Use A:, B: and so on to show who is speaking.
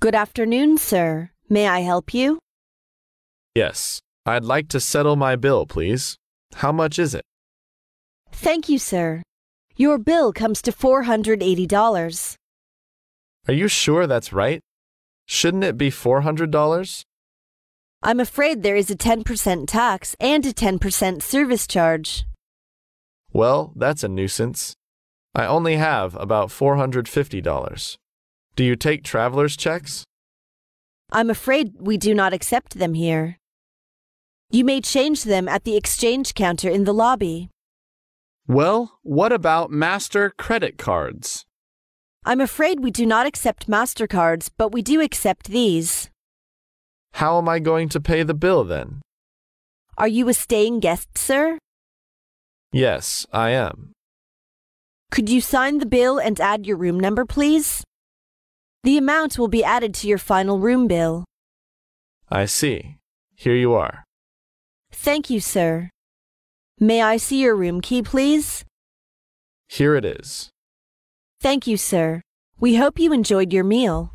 A: Good afternoon, sir. May I help you?
B: Yes, I'd like to settle my bill, please. How much is it?
A: Thank you, sir. Your bill comes to $480.
B: Are you sure that's right? Shouldn't it be $400?
A: I'm afraid there is a 10% tax and a 10% service charge.
B: Well, that's a nuisance. I only have about $450. Do you take traveler's checks?
A: I'm afraid we do not accept them here. You may change them at the exchange counter in the lobby.
C: Well, what about master credit cards?
A: I'm afraid we do not accept MasterCards, but we do accept these.
B: How am I going to pay the bill then?
A: Are you a staying guest, sir?
B: Yes, I am.
A: Could you sign the bill and add your room number, please? The amount will be added to your final room bill.
B: I see. Here you are.
A: Thank you, sir. May I see your room key, please?
B: Here it is.
A: Thank you, sir. We hope you enjoyed your meal.